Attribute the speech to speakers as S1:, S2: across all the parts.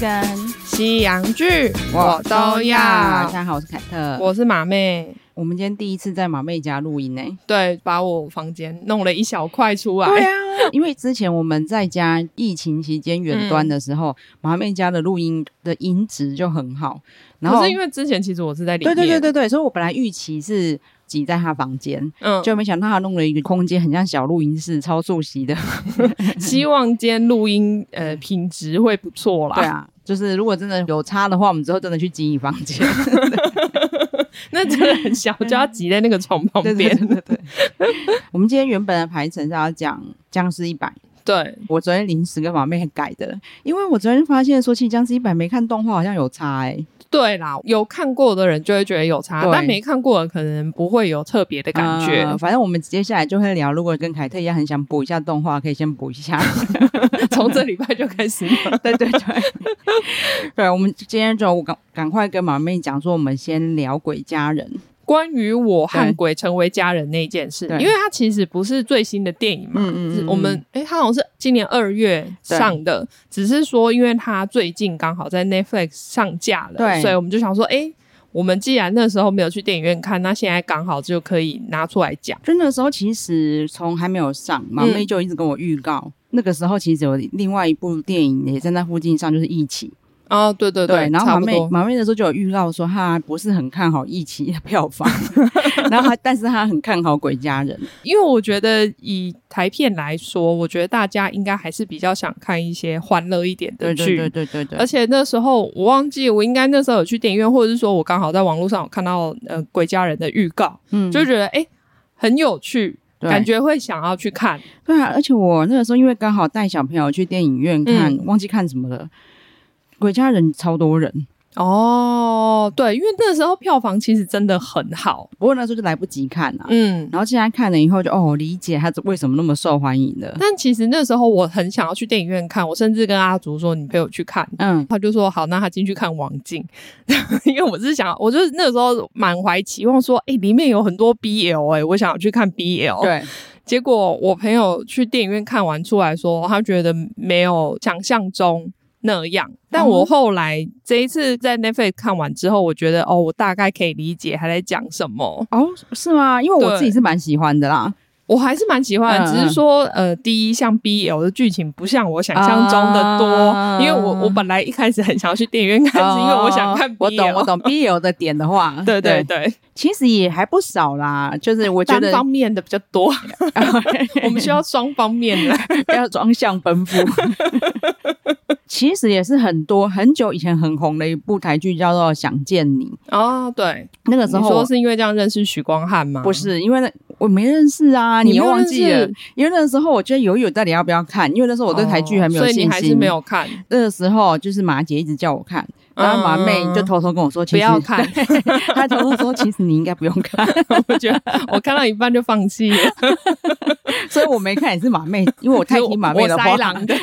S1: 跟
S2: 西洋剧我都
S1: 大
S2: 要。
S1: 家好，我是凯特。我
S2: 我是马妹，
S1: 我们今天第一次在马妹家录音呢、
S2: 对，把我房间弄了一小块出来。
S1: 啊， 因为之前我们在家疫情期间远端的时候，
S2: 嗯
S1: 马妹家的录音的音质就很好。然后
S2: 可是因为之前其实我是在里
S1: 对对
S2: 面，
S1: 对对对，所以我本来预期是挤在她房间，
S2: 嗯，就
S1: 就没想到她弄了一个空间很像小录音室，超熟悉的。
S2: 希望今天录音呃品质会不错啦。
S1: 对，啊，就是如果真的有差的话，我们之后真的去挤你房间。
S2: 那真的很小，就要挤在那个床旁
S1: 对对
S2: 边。
S1: 对对对。我们今天原本的排程是要讲《僵尸一百》，
S2: 对，
S1: 我昨天临时跟马妹改的，因为我昨天发现说，其实《僵尸一百》没看动画好像有差哎、
S2: 对啦，有看过的人就会觉得有差，
S1: 对
S2: 但没看过的可能不会有特别的感觉。
S1: 呃反正我们接下来就会聊，如果跟凯特一样很想补一下动画，可以先补一下。
S2: 从这礼拜就开始吗
S1: 对对对，对，我们今天就赶赶快跟马妹讲说，我们先聊《鬼家人》。
S2: 关于我和
S1: 对
S2: 鬼成为家人那件事，
S1: 对
S2: 因为它其实不是最新的电影嘛，
S1: 嗯嗯
S2: 是
S1: 嗯
S2: 我们诶，它好像是今年二月上的，只是说因为它最近刚好在 Netflix 上架了，
S1: 对
S2: 所以我们就想说，诶，我们既然那时候没有去电影院看，那现在刚好就可以拿出来讲。
S1: 就那时候，其实从还没有上，马妹就一直跟我预告，那个时候其实有另外一部电影也在那附近上，就是《一起》。
S2: 哦，对对
S1: 对，然后
S2: 差
S1: 马
S2: 不
S1: 妹
S2: 多。
S1: 马妹的时候就有预告说，她不是很看好《一期》的票 房， 然后她但是她很看好《鬼家人》。
S2: 因为我觉得以台片来说，我觉得大家应该还是比较想看一些欢乐一点的
S1: 对对
S2: 剧，
S1: 对对对对，
S2: 而且那时候我忘记，我应该那时候有去电影院，或者是说我刚好在网络上有看到呃《鬼家人》的预告，
S1: 嗯
S2: 就觉得诶很有趣，
S1: 对
S2: 感觉会想要去看。
S1: 对啊，而且我那个时候因为刚好带小朋友去电影院看，
S2: 嗯
S1: 忘记看什么了，《鬼家人》超多人，
S2: 哦，对，因为那时候票房其实真的很好，
S1: 不过那时候就来不及看啊。
S2: 嗯。
S1: 然后现在看了以后就，哦，理解他为什么那么受欢迎了。
S2: 但其实那时候我很想要去电影院看，我甚至跟阿竹说：“你陪我去看。”
S1: 嗯，
S2: 他就说好，那他进去看王静， 因为我是想，我就是那个时候满怀期望说，哎、里面有很多 BL 哎、我想要去看 BL。，
S1: 对，
S2: 结果我朋友去电影院看完出来说，他觉得没有想象中那样。但我后来这一次在 Netflix 看完之后，我觉得哦，我大概可以理解他在讲什么，
S1: 哦，是吗？因为我
S2: 对
S1: 自己是蛮喜欢的 啦，
S2: 我还是蛮喜欢
S1: 嗯嗯
S2: 的。只是说，呃，第一，像 BL 的剧情不像我想象中的多，
S1: 啊
S2: 因为我我本来一开始很想要去电影院看，是因为啊我想看
S1: 哦
S2: BL。
S1: 我懂我懂 BL 的点的话，
S2: 对对对，
S1: 其实也还不少啦，就是我觉
S2: 单
S1: 得
S2: 方面的比较 多，我们需要双方面的。
S1: 要双向奔赴。 其实也是很多很久以前很红的一部台剧，叫做《想见你》。
S2: 哦，对，
S1: 那个
S2: 你
S1: 时候
S2: 说是因为这样认识许光汉吗？
S1: 不，是因为那我没认识啊，
S2: 你
S1: 你又忘记
S2: 没有
S1: 了
S2: 认识。
S1: 因为那个时候我觉得犹豫我到底要不要看，因为那时候我对台剧还没有
S2: 哦所
S1: 信
S2: 以
S1: 心。
S2: 你还是没。有看，
S1: 那个时候就是马姐一直叫我看，然后马妹就偷偷跟我说：“其
S2: 不
S1: 实。”
S2: 要看。
S1: 她偷偷说：“其实你应该不用看。
S2: 我觉得我看到一半就 放弃了，”
S1: 所以我没看也是马妹，因为我太
S2: 就是
S1: 听马妹的
S2: 我
S1: 话
S2: 塞。狼的，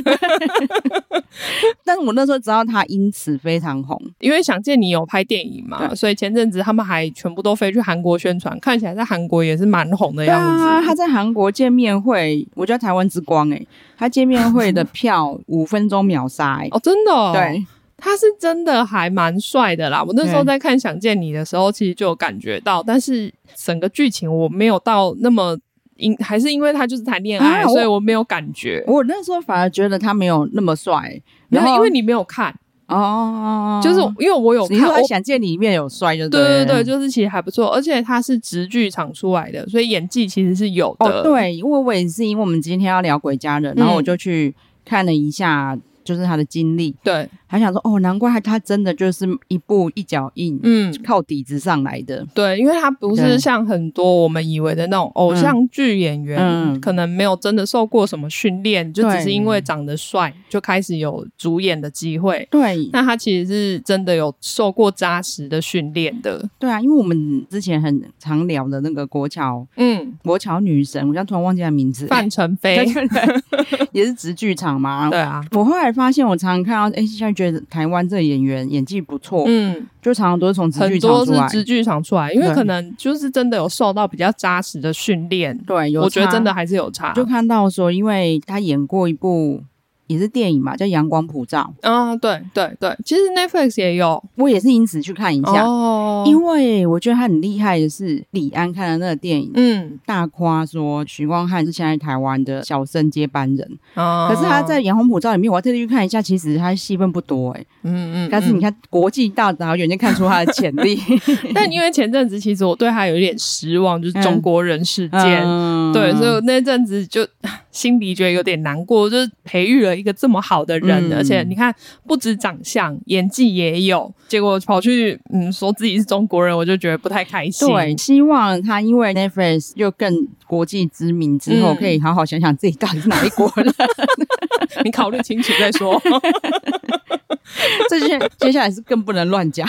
S1: 但是我那时候知道她因此非常红，
S2: 因为想见你有拍电影嘛，
S1: 对
S2: 所以前阵子他们还全部都飞去韩国宣传，看起来在韩国也是蛮红的样
S1: 对
S2: 子。
S1: 啊，他在韩国见面会，我叫台湾之光哎、他见面会的票五分钟秒杀哎、
S2: 哦，真的、哦，，
S1: 对，
S2: 他是真的还蛮帅的啦。我那时候在看《想见你》的时候，其实就有感觉到，但是整个剧情我没有到那么因，还是因为他就是谈恋爱，
S1: 啊我
S2: 所以我没有感觉。
S1: 我那时候反而觉得他没有那么帅，欸
S2: 没
S1: 然
S2: 有，
S1: 后
S2: 因为你没有看，
S1: 哦，
S2: 就是因为我有
S1: 你
S2: 看，
S1: 说他
S2: 我
S1: 想见你里面有帅就
S2: 对对
S1: 对
S2: 对，
S1: 了
S2: 就是其实还不错，而且他是直剧场出来的，所以演技其实是有的。嗯
S1: 哦对，因为我也是因为我们今天要聊鬼家人，然后我就去看了一下。就是他的经历，
S2: 对，
S1: 还想说哦，难怪他他真的就是一步一脚印，
S2: 嗯，
S1: 靠底子上来的。
S2: 对，因为他不是
S1: 对
S2: 像很多我们以为的那种偶像剧演员，
S1: 嗯
S2: 可能没有真的受过什么训练，就只
S1: 对
S2: 是因为长得帅就开始有主演的机会。
S1: 对，
S2: 那他其实是真的有受过扎实的训练的，
S1: 对啊，因为我们之前很常聊的那个国桥
S2: 嗯，
S1: 国桥女神，我现在突然忘记她名字，
S2: 范丞
S1: 对
S2: 飞，
S1: 对对，也是直剧场嘛
S2: 对。啊，
S1: 我后来发现，我常常看到，哎、现在觉得台湾这演员演技不错，
S2: 嗯，
S1: 就常常都是从直
S2: 很
S1: 剧场
S2: 多
S1: 出
S2: 是
S1: 来。
S2: 直剧场出来，因为
S1: 对
S2: 可能就是真的有受到比较扎实的训练，
S1: 对，有
S2: 我觉得
S1: 差
S2: 真的还是有差，
S1: 就看到说，因为他演过一部也是电影嘛，叫《阳光普照
S2: 啊，对对对，其实 Netflix 也有》，
S1: 我也是因此去看一下，
S2: 哦，为
S1: 因为我觉得他很厉害的是李安看的那个电影。
S2: 嗯
S1: 大夸说许光汉是现在台湾的小生接班人，
S2: 啊，
S1: 可是他在《杨红普照》里面，我还特地去看一下，其实他戏份不多哎、
S2: 嗯嗯，
S1: 但是你
S2: 看，
S1: 看国际大导演就看出他的潜力。
S2: 但因为前阵子其实我对他有一点失望，就是中国人事件。
S1: 嗯
S2: 对，所以我那阵子就 心里觉得有点难过，就是培育了一个这么好的人，
S1: 嗯
S2: 而且你看，不止长相，演技也有，结果跑去嗯说自己是中国人，我就觉得不太开心。
S1: 对，希望他因为 Netflix 又更国际知名之后，
S2: 嗯
S1: 可以好好想想自己到底是哪一国 人。
S2: 你考虑清楚再说。
S1: 这些接下来是更不能乱 讲。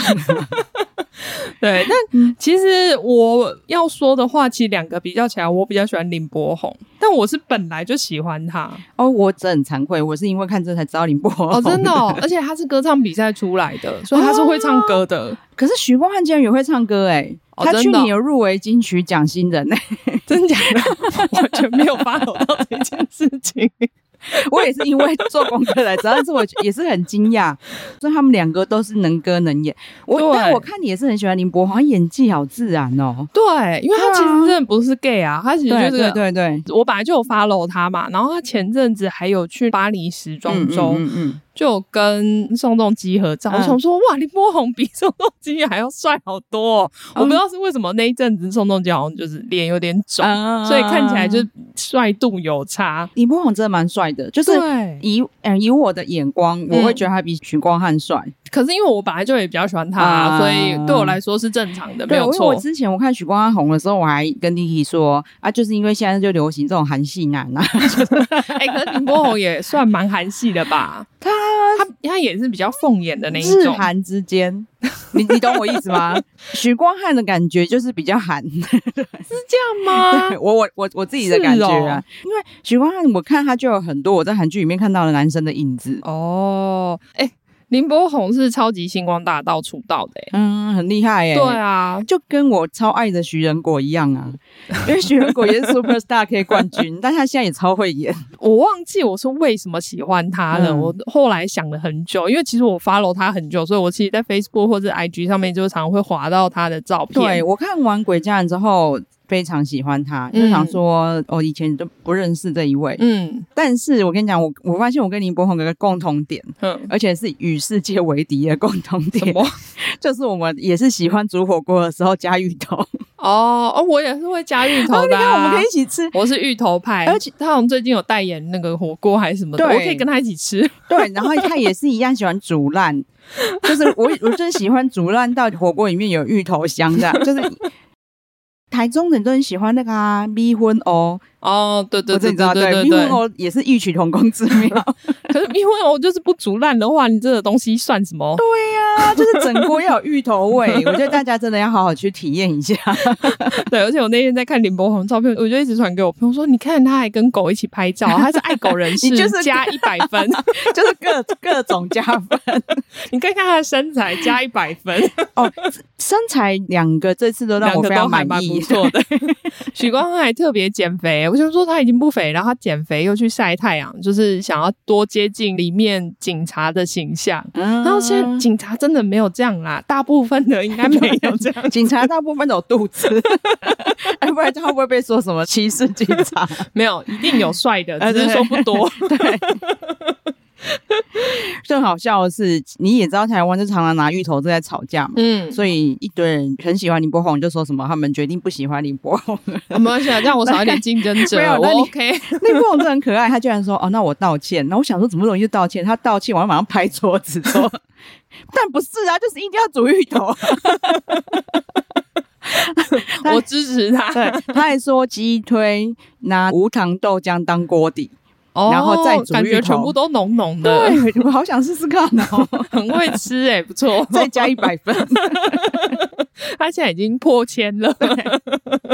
S2: 对，但其实我要说的话，其实两个比较起来，我比较喜欢林柏宏，但我是本来就喜欢他
S1: 哦，我真的很惭愧，我是因为看这才知道林柏宏
S2: 哦，真的、哦，而且他是歌唱比赛出来的，所以他是会唱歌 的，
S1: 可是徐光汉竟然也会唱歌哎、
S2: 哦
S1: 他
S2: 真
S1: 去
S2: 的哦
S1: 年有入围金曲奖新人哎、
S2: 真假的，完全没有发抖到这件事情。
S1: 我也是因为做功课来知道，但是我也是很惊讶，所以他们两个都是能歌能演。我
S2: 对
S1: 但我看你也是很喜欢林柏宏，他演技好自然哦。
S2: 对，啊因为他其实真的不是 gay 啊，他其实就是
S1: 对对对，
S2: 我本来就有 follow 他嘛，然后他前阵子还有去巴黎时装周，
S1: 嗯嗯
S2: 就有跟宋仲基合照。
S1: 嗯
S2: 我想说，哇，林柏宏比宋仲基还要帅好多、哦。
S1: 嗯
S2: 我不知道是为什么那一阵子宋仲基好像就是脸有点肿，
S1: 嗯
S2: 所以看起来就是帅度有差。
S1: 林柏宏真的蛮帅的，就是
S2: 对，嗯
S1: 以嗯、以我的眼光，我会觉得他比许光汉帅。
S2: 可是因为我本来就也比较喜欢他、
S1: 啊
S2: 所以对我来说是正常呃的，没
S1: 对，因
S2: 有
S1: 为
S2: 错
S1: 我。之前我看许光汉红的时候，我还跟 Niki 说啊，就是因为现在就流行这种韩系男啊，
S2: 哎、可是林柏宏也算蛮韩系的吧？
S1: 他
S2: 他他也是比较凤眼的那一
S1: 日
S2: 种，
S1: 韩之间， 你你懂我意思吗？许光汉的感觉就是比较韩，
S2: 是这 样吗？
S1: 我我我我自己的感觉啊，因为许光汉，我看他就有很多我在韩剧里面看到的男生的影子，
S2: 哦，哎、林柏宏是超级星光大道出道的、欸，
S1: 嗯，很厉害耶、
S2: 对啊，
S1: 就跟我超爱的徐仁果一样 啊，因为徐仁果也是 Super Star K 冠军，但他现在也超会演。
S2: 我忘记我是为什么喜欢他了。
S1: 嗯
S2: 我后来想了很久，因为其实我 follow 他很久，所以我其实在 Facebook 或者 IG 上面就常会滑到他的照片。
S1: 对，我看完《鬼家人》之后，非常喜欢他，
S2: 嗯
S1: 就想说，哦，以前都不认识这一位，
S2: 嗯
S1: 但是我跟你讲，我我发现我跟林柏宏有个共同点，
S2: 嗯，
S1: 而且是与世界为敌的共同
S2: 什
S1: 点，
S2: 么？
S1: 就是我们也是喜欢煮火锅的时候加芋头，
S2: 哦哦，我也是会加芋 头的、
S1: 那我
S2: 啊。
S1: 们可以一起吃。
S2: 我是芋头派，
S1: 而
S2: 而且他好像最近有代言那个火锅还是什么的，
S1: 对
S2: 我可以跟他一起吃。
S1: 对，然后他也是一样喜欢煮烂，就是我我真的喜欢煮烂到火锅里面有芋头香 的，就是。台中人都很喜欢那个啊，米粉哦，
S2: 哦，对对
S1: 我真
S2: 对
S1: 的知道，
S2: 对对
S1: 米
S2: 对
S1: 粉哦也是异曲同工之妙，
S2: 可是因为我就是不煮烂的话，你这个东西算什么？
S1: 啊，就是整锅要有芋头味， 我觉得大家真的要好好去体验一下。
S2: 对，而且我那天在看林柏宏的照片，我就一直传给我朋友说：“你看他还跟狗一起拍照，他是爱狗人士，
S1: 你就是
S2: 加一百 分。
S1: 就是各各种加分
S2: 你可以看他的身材，加一百分，
S1: 哦，身材两个这 次都让
S2: 两
S1: 我
S2: 个
S1: 非
S2: 都
S1: 常
S2: 还
S1: 满
S2: 蛮不
S1: 意。
S2: 错 的。许光汉还特别减肥，我想说他已经不肥，然后他减肥又去晒太阳，就是想要多接近里面警察的形象。
S1: 嗯
S2: 然后现在警察真的没有这样啦，大部分的应该没有这样。”
S1: 警察大部分都有肚 子，哎，不然他会不会被说什么歧视警察？
S2: 没有，一定有帅 的，
S1: 呃
S2: 只 是
S1: 对
S2: 说不多。
S1: 更好笑的是，你也知道台湾就常常拿芋头正在吵架嘛。
S2: 嗯，
S1: 所以一堆人很喜欢林柏宏，就说什么他们决定不喜欢林柏 宏。
S2: 我们想啊让我少一点竞争者
S1: 没有，
S2: 我
S1: 那你
S2: OK。
S1: 林柏宏真的很可爱，他居然说：“哦，那我道歉。”然后我想说，怎么容易就道歉？他道歉，我就马上拍桌子 说：“但不是啊，就是一定要煮芋头。”他
S2: 我支持他，
S1: 对，他还说鸡推拿无糖豆浆当锅底，
S2: 哦
S1: 然后再煮
S2: 感觉
S1: 芋头
S2: 全部都浓浓的，
S1: 对我好想试试看 哦，
S2: 很会吃哎、不错。
S1: 再加一百分。
S2: 他现在已经破千了，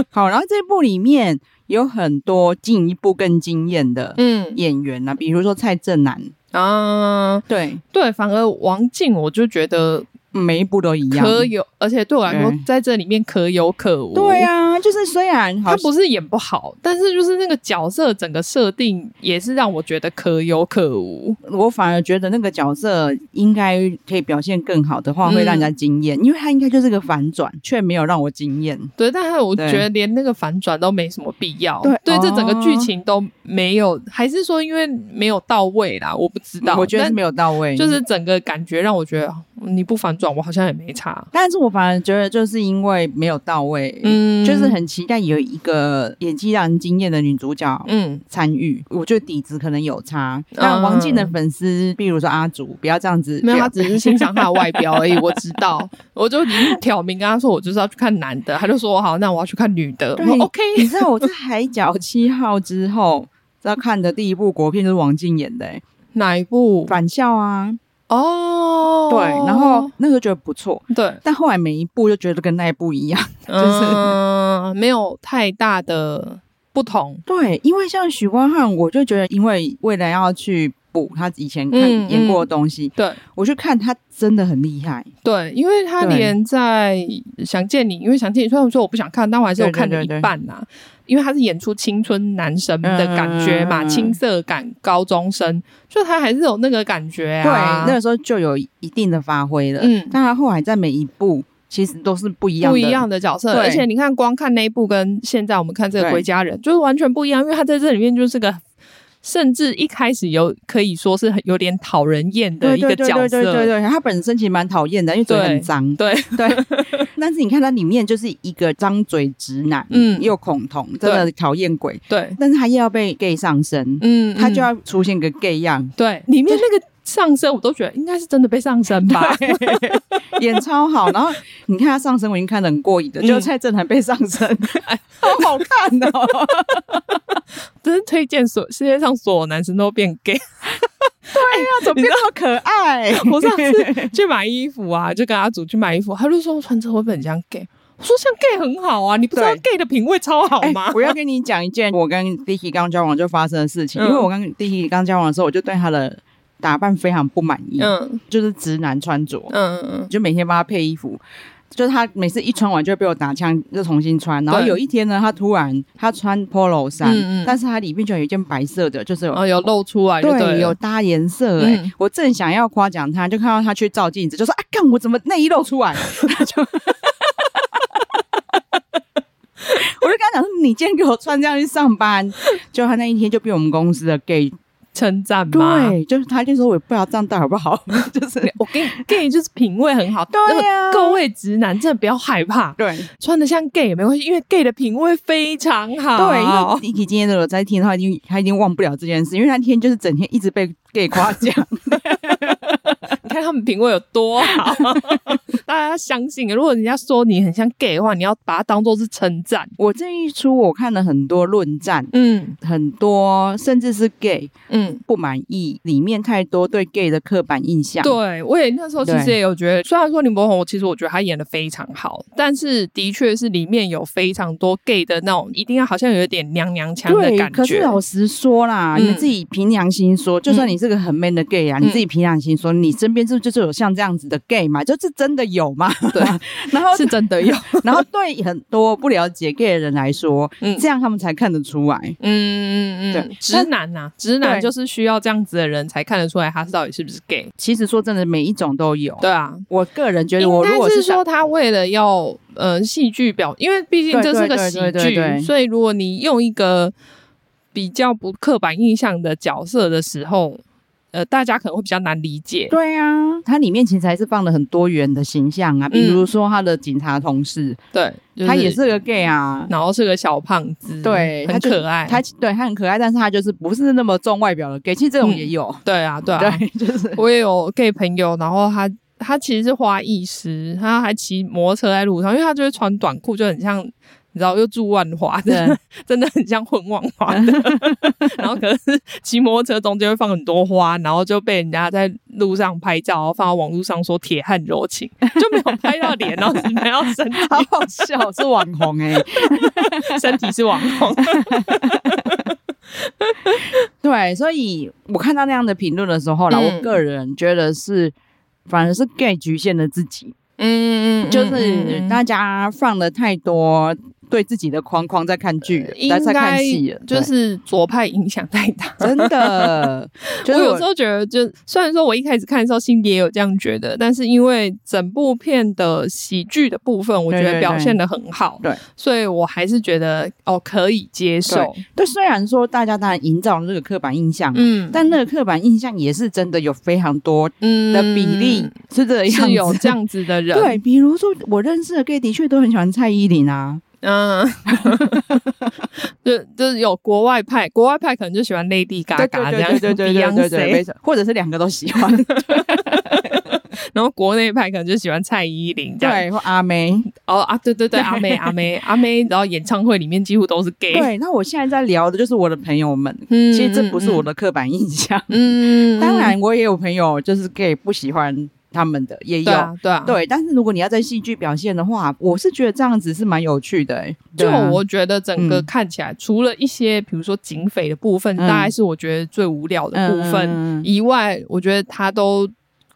S1: 好，然后这部里面有很多进一步更惊艳的
S2: 嗯
S1: 演员啊，比如说蔡正南，
S2: 啊，
S1: 对，嗯
S2: 对，反而王静我就觉得
S1: 每一部都一样。
S2: 可有，而且对我来说
S1: 对，
S2: 在这里面可有可无。
S1: 对啊，啊，就是虽然好
S2: 他不是演不好，但是就是那个角色整个设定也是让我觉得可有可无。
S1: 我反而觉得那个角色应该可以表现更好的话，
S2: 嗯
S1: 会让人家惊艳，因为他应该就是个反转，却没有让我惊艳。
S2: 对，但是我
S1: 对
S2: 觉得连那个反转都没什么必要。
S1: 对
S2: 这整个剧
S1: 哦
S2: 情都没有，还是说因为没有到位啦？我不知道，
S1: 我觉得是
S2: 但
S1: 没有到位，
S2: 就。是整个感觉让我觉得你不反转，我好像也没差。
S1: 但是我反而觉得，就是因为没有到位，
S2: 嗯
S1: 就是很期待有一个演技让人惊艳的女主角
S2: 嗯，
S1: 参与。我觉得底子可能有差。
S2: 嗯
S1: 那王静的粉丝，比如说阿祖，不要这样子表，
S2: 没有，他只是欣赏他的外表而已。 我知道，我就已经挑明跟他说，我就是要去看男的，他就说好，那我要去看女的。我
S1: 对
S2: 说哦 OK，
S1: 你知道我在《海角七号》之后，知道看的第一部国片就是王静演的、欸
S2: 哪一部？
S1: 《返校》啊，
S2: 哦，
S1: 对，然后那时候觉得不错，
S2: 对，
S1: 但后来每一部就觉得跟那一部一样。
S2: 就是、嗯没有太大的不同。
S1: 对，因为像许光汉，我就觉得，因为未来要去补他以前看、
S2: 嗯
S1: 演过的东西，
S2: 对
S1: 我去看他真的很厉害。
S2: 对，因为他
S1: 对
S2: 连在《想见你》，因为《想见你》虽然说我不想看，但我还是有看了
S1: 对对
S2: 一
S1: 对对
S2: 半呐、因为他是演出青春男神的感觉嘛，
S1: 嗯嗯嗯嗯
S2: 青涩感高中生，就他还是有那个感觉啊。
S1: 对，那个时候就有一定的发挥了。
S2: 嗯
S1: 但他后来在每一部其实都是不一样的，
S2: 不一样的角色，
S1: 对
S2: 而且你看，光看那一部跟现在我们看这个《
S1: 对
S2: 归家人》就是完全不一样，因为他在这里面就是个，甚至一开始有可以说是很有点讨人厌的
S1: 对
S2: 一
S1: 对
S2: 个
S1: 对
S2: 角
S1: 对
S2: 色，
S1: 对对对，他本身其实蛮讨厌的，因为嘴
S2: 对
S1: 很脏。
S2: 对
S1: 对， 但是你看他里面就是一个张嘴直男，
S2: 嗯
S1: 又恐同，真的讨厌鬼，
S2: 对
S1: 但是他又要被 gay 上身，
S2: 嗯，
S1: 他就
S2: 嗯
S1: 要出现个 gay 样，
S2: 对里面那个上身，我都觉得应该是真的被上身吧，
S1: 演超好。然后你看他上身，我已经看得很过瘾的，
S2: 嗯
S1: 就蔡正涵被上 身，好好看 哦。
S2: 真是推荐所世界上所有男生都变 gay。
S1: 他啊怎么变那么可爱？
S2: 我上次去买衣服啊，就跟阿祖去买衣服，他就说穿这会不会很像 gay？我说像 gay 很好啊，你不知道
S1: 对
S2: gay 的品味超好
S1: 哎
S2: 吗？
S1: 我要跟你讲一件我跟 Dicky 刚交往就发生的事情，
S2: 嗯
S1: 因为我跟 Dicky 刚交往的时候，我就对他的打扮非常不满意，
S2: 嗯
S1: 就是直男穿着。
S2: 嗯嗯嗯，
S1: 就每天帮他配衣服。就是他每次一穿完就会被我打枪，就重新穿。然后
S2: 对
S1: 有一天呢，他突然他穿 polo 衫，
S2: 嗯嗯
S1: 但是他里面就有一件白色的，就是有、
S2: 然后哦有露出来就对了，
S1: 对有搭颜色、欸。
S2: 嗯
S1: 我正想要夸奖他，就看到他去照镜子，就说：“啊，干我怎么内衣露出来？” 他就，我就跟他讲说：“你今天给我穿这样去上班。”就他那一天就被我们公司的 gay
S2: 称赞吗？
S1: 对，就是他就说：“我也不知道这样到底好不好。”就是
S2: 我跟你 gay 就是品味很好，
S1: 对啊呀
S2: 那个各位直男真的不要害怕，
S1: 对。
S2: 穿的像 gay 也没关系，因为 gay 的品味非常好。
S1: 对，因为 Dicky 今天如果在听的话，已经他已经忘不了这件事，因为他那天就是整天一直被 gay 夸 奖。
S2: 你看他们品味有多 好，大家要相信。如果人家说你很像 gay 的话，你要把它当做是称赞。
S1: 我这一出我看了很多论战，
S2: 嗯
S1: 很多甚至是 gay
S2: 嗯，
S1: 不满意里面太多对 gay 的刻板印象。
S2: 对，我也那时候其实
S1: 对
S2: 也有觉得，虽然说林柏宏，其实我觉得他演的非常好，但是的确是里面有非常多 gay 的那种，一定要好像有一点娘娘腔的
S1: 对，
S2: 感
S1: 可是
S2: 觉。
S1: 老实说啦，
S2: 嗯
S1: 你自己凭良心说，就算你是个很 man 的 gay 啊，
S2: 嗯
S1: 你自己凭良心说，你身边是不是就是有像这样子的 gay 嘛？就是真的有嘛？
S2: 对，
S1: 然后
S2: 是真的有。
S1: 然后对很多不了解 gay 的人来说，
S2: 嗯
S1: 这样他们才看得出来。
S2: 嗯嗯嗯，
S1: 对
S2: 直男呐、直男
S1: 对
S2: 就是需要这样子的人才看得出来他到底是不是 gay。
S1: 其实说真的，每一种都有。
S2: 对啊，
S1: 我个人觉得，
S2: 应
S1: 我如
S2: 该
S1: 果
S2: 是
S1: 打
S2: 说他为了要呃戏剧表，因为毕竟
S1: 对
S2: 这
S1: 对
S2: 是个
S1: 对
S2: 喜
S1: 对对
S2: 剧，
S1: 对
S2: 所以如果你用一个比较不刻板印象的角色的时候，呃，大家可能会比较难理解。
S1: 对啊，它里面其实还是放了很多元的形象啊，比如说他的警察同事，
S2: 对，嗯就
S1: 他也，是个 gay 啊，
S2: 然后是个小胖子，
S1: 对
S2: 很
S1: 他就
S2: 可爱。
S1: 他对他很可爱，但是他就是不是那么重外表的 gay，其实这种
S2: 嗯
S1: 也有，
S2: 对啊，对啊，
S1: 对，就是
S2: 我也有 gay 朋友，然后他他其实是花艺师，他还骑摩托车在路上，因为他就会穿短裤，就很像。你知道，又住万华，真的真的很像混万华 的。然后可是骑摩托车中间会放很多花，然后就被人家在路上拍照，然后放到网络上说铁汉柔情， 就没有拍到脸，然后只拍到身体，
S1: 好好笑，是网红哎、
S2: 身体是网 红。
S1: 对，所以我看到那样的评论的时候啦，
S2: 嗯
S1: 我个人觉得是。反而是 gay 局限了自己，
S2: 嗯
S1: 就是大家放了太多对自己的框框在看剧了，
S2: 呃应
S1: 在在看
S2: 该
S1: 戏了，
S2: 就
S1: 对
S2: 是左派影响太大。
S1: 真的。就是
S2: 我有时候觉得就，虽然说我一开始看的时候心里也有这样觉得，但是因为整部片的喜剧的部分，我觉
S1: 对
S2: 得
S1: 对
S2: 表现的很好，
S1: 对
S2: 所以我还是觉得哦可以接受。
S1: 对，虽然说大家当然营造了这个刻板印象，
S2: 嗯
S1: 但那个刻板印象也是真的有非常多
S2: 嗯
S1: 的比例、是这样子，
S2: 是有这样子的人，
S1: 对，比如说我认识的 gay 的确都很喜欢蔡依林啊，
S2: 嗯， 就就是有国外派，国外派可能就喜欢
S1: 对
S2: Lady Gaga 这
S1: 对
S2: 样，
S1: 对对对对对对对，没
S2: Beyonce
S1: 错，或者是两个都喜 欢，
S2: 然后国内派可能就喜欢蔡依林这样。
S1: 对，或阿妹，
S2: 哦啊，对对对，阿 妹阿妹阿妹，然后演唱会里面几乎都是 gay。
S1: 对。那我现在在聊的就是我的朋友们，
S2: 嗯
S1: 其实这不是我。的刻板印象，
S2: 嗯，嗯嗯
S1: 当然我也有朋友就是 gay 不喜欢他们的，也有。
S2: 对啊，对啊，。
S1: 对，但是如果你要在戏剧表现的话，我是觉得这样子是蛮有趣的、欸。
S2: 就
S1: 对啊
S2: 我觉得整个
S1: 嗯
S2: 看起来，除了一些比如说警匪的部分，
S1: 嗯
S2: 大概是我觉得最无聊的部分，
S1: 嗯嗯嗯
S2: 以外，我觉得他都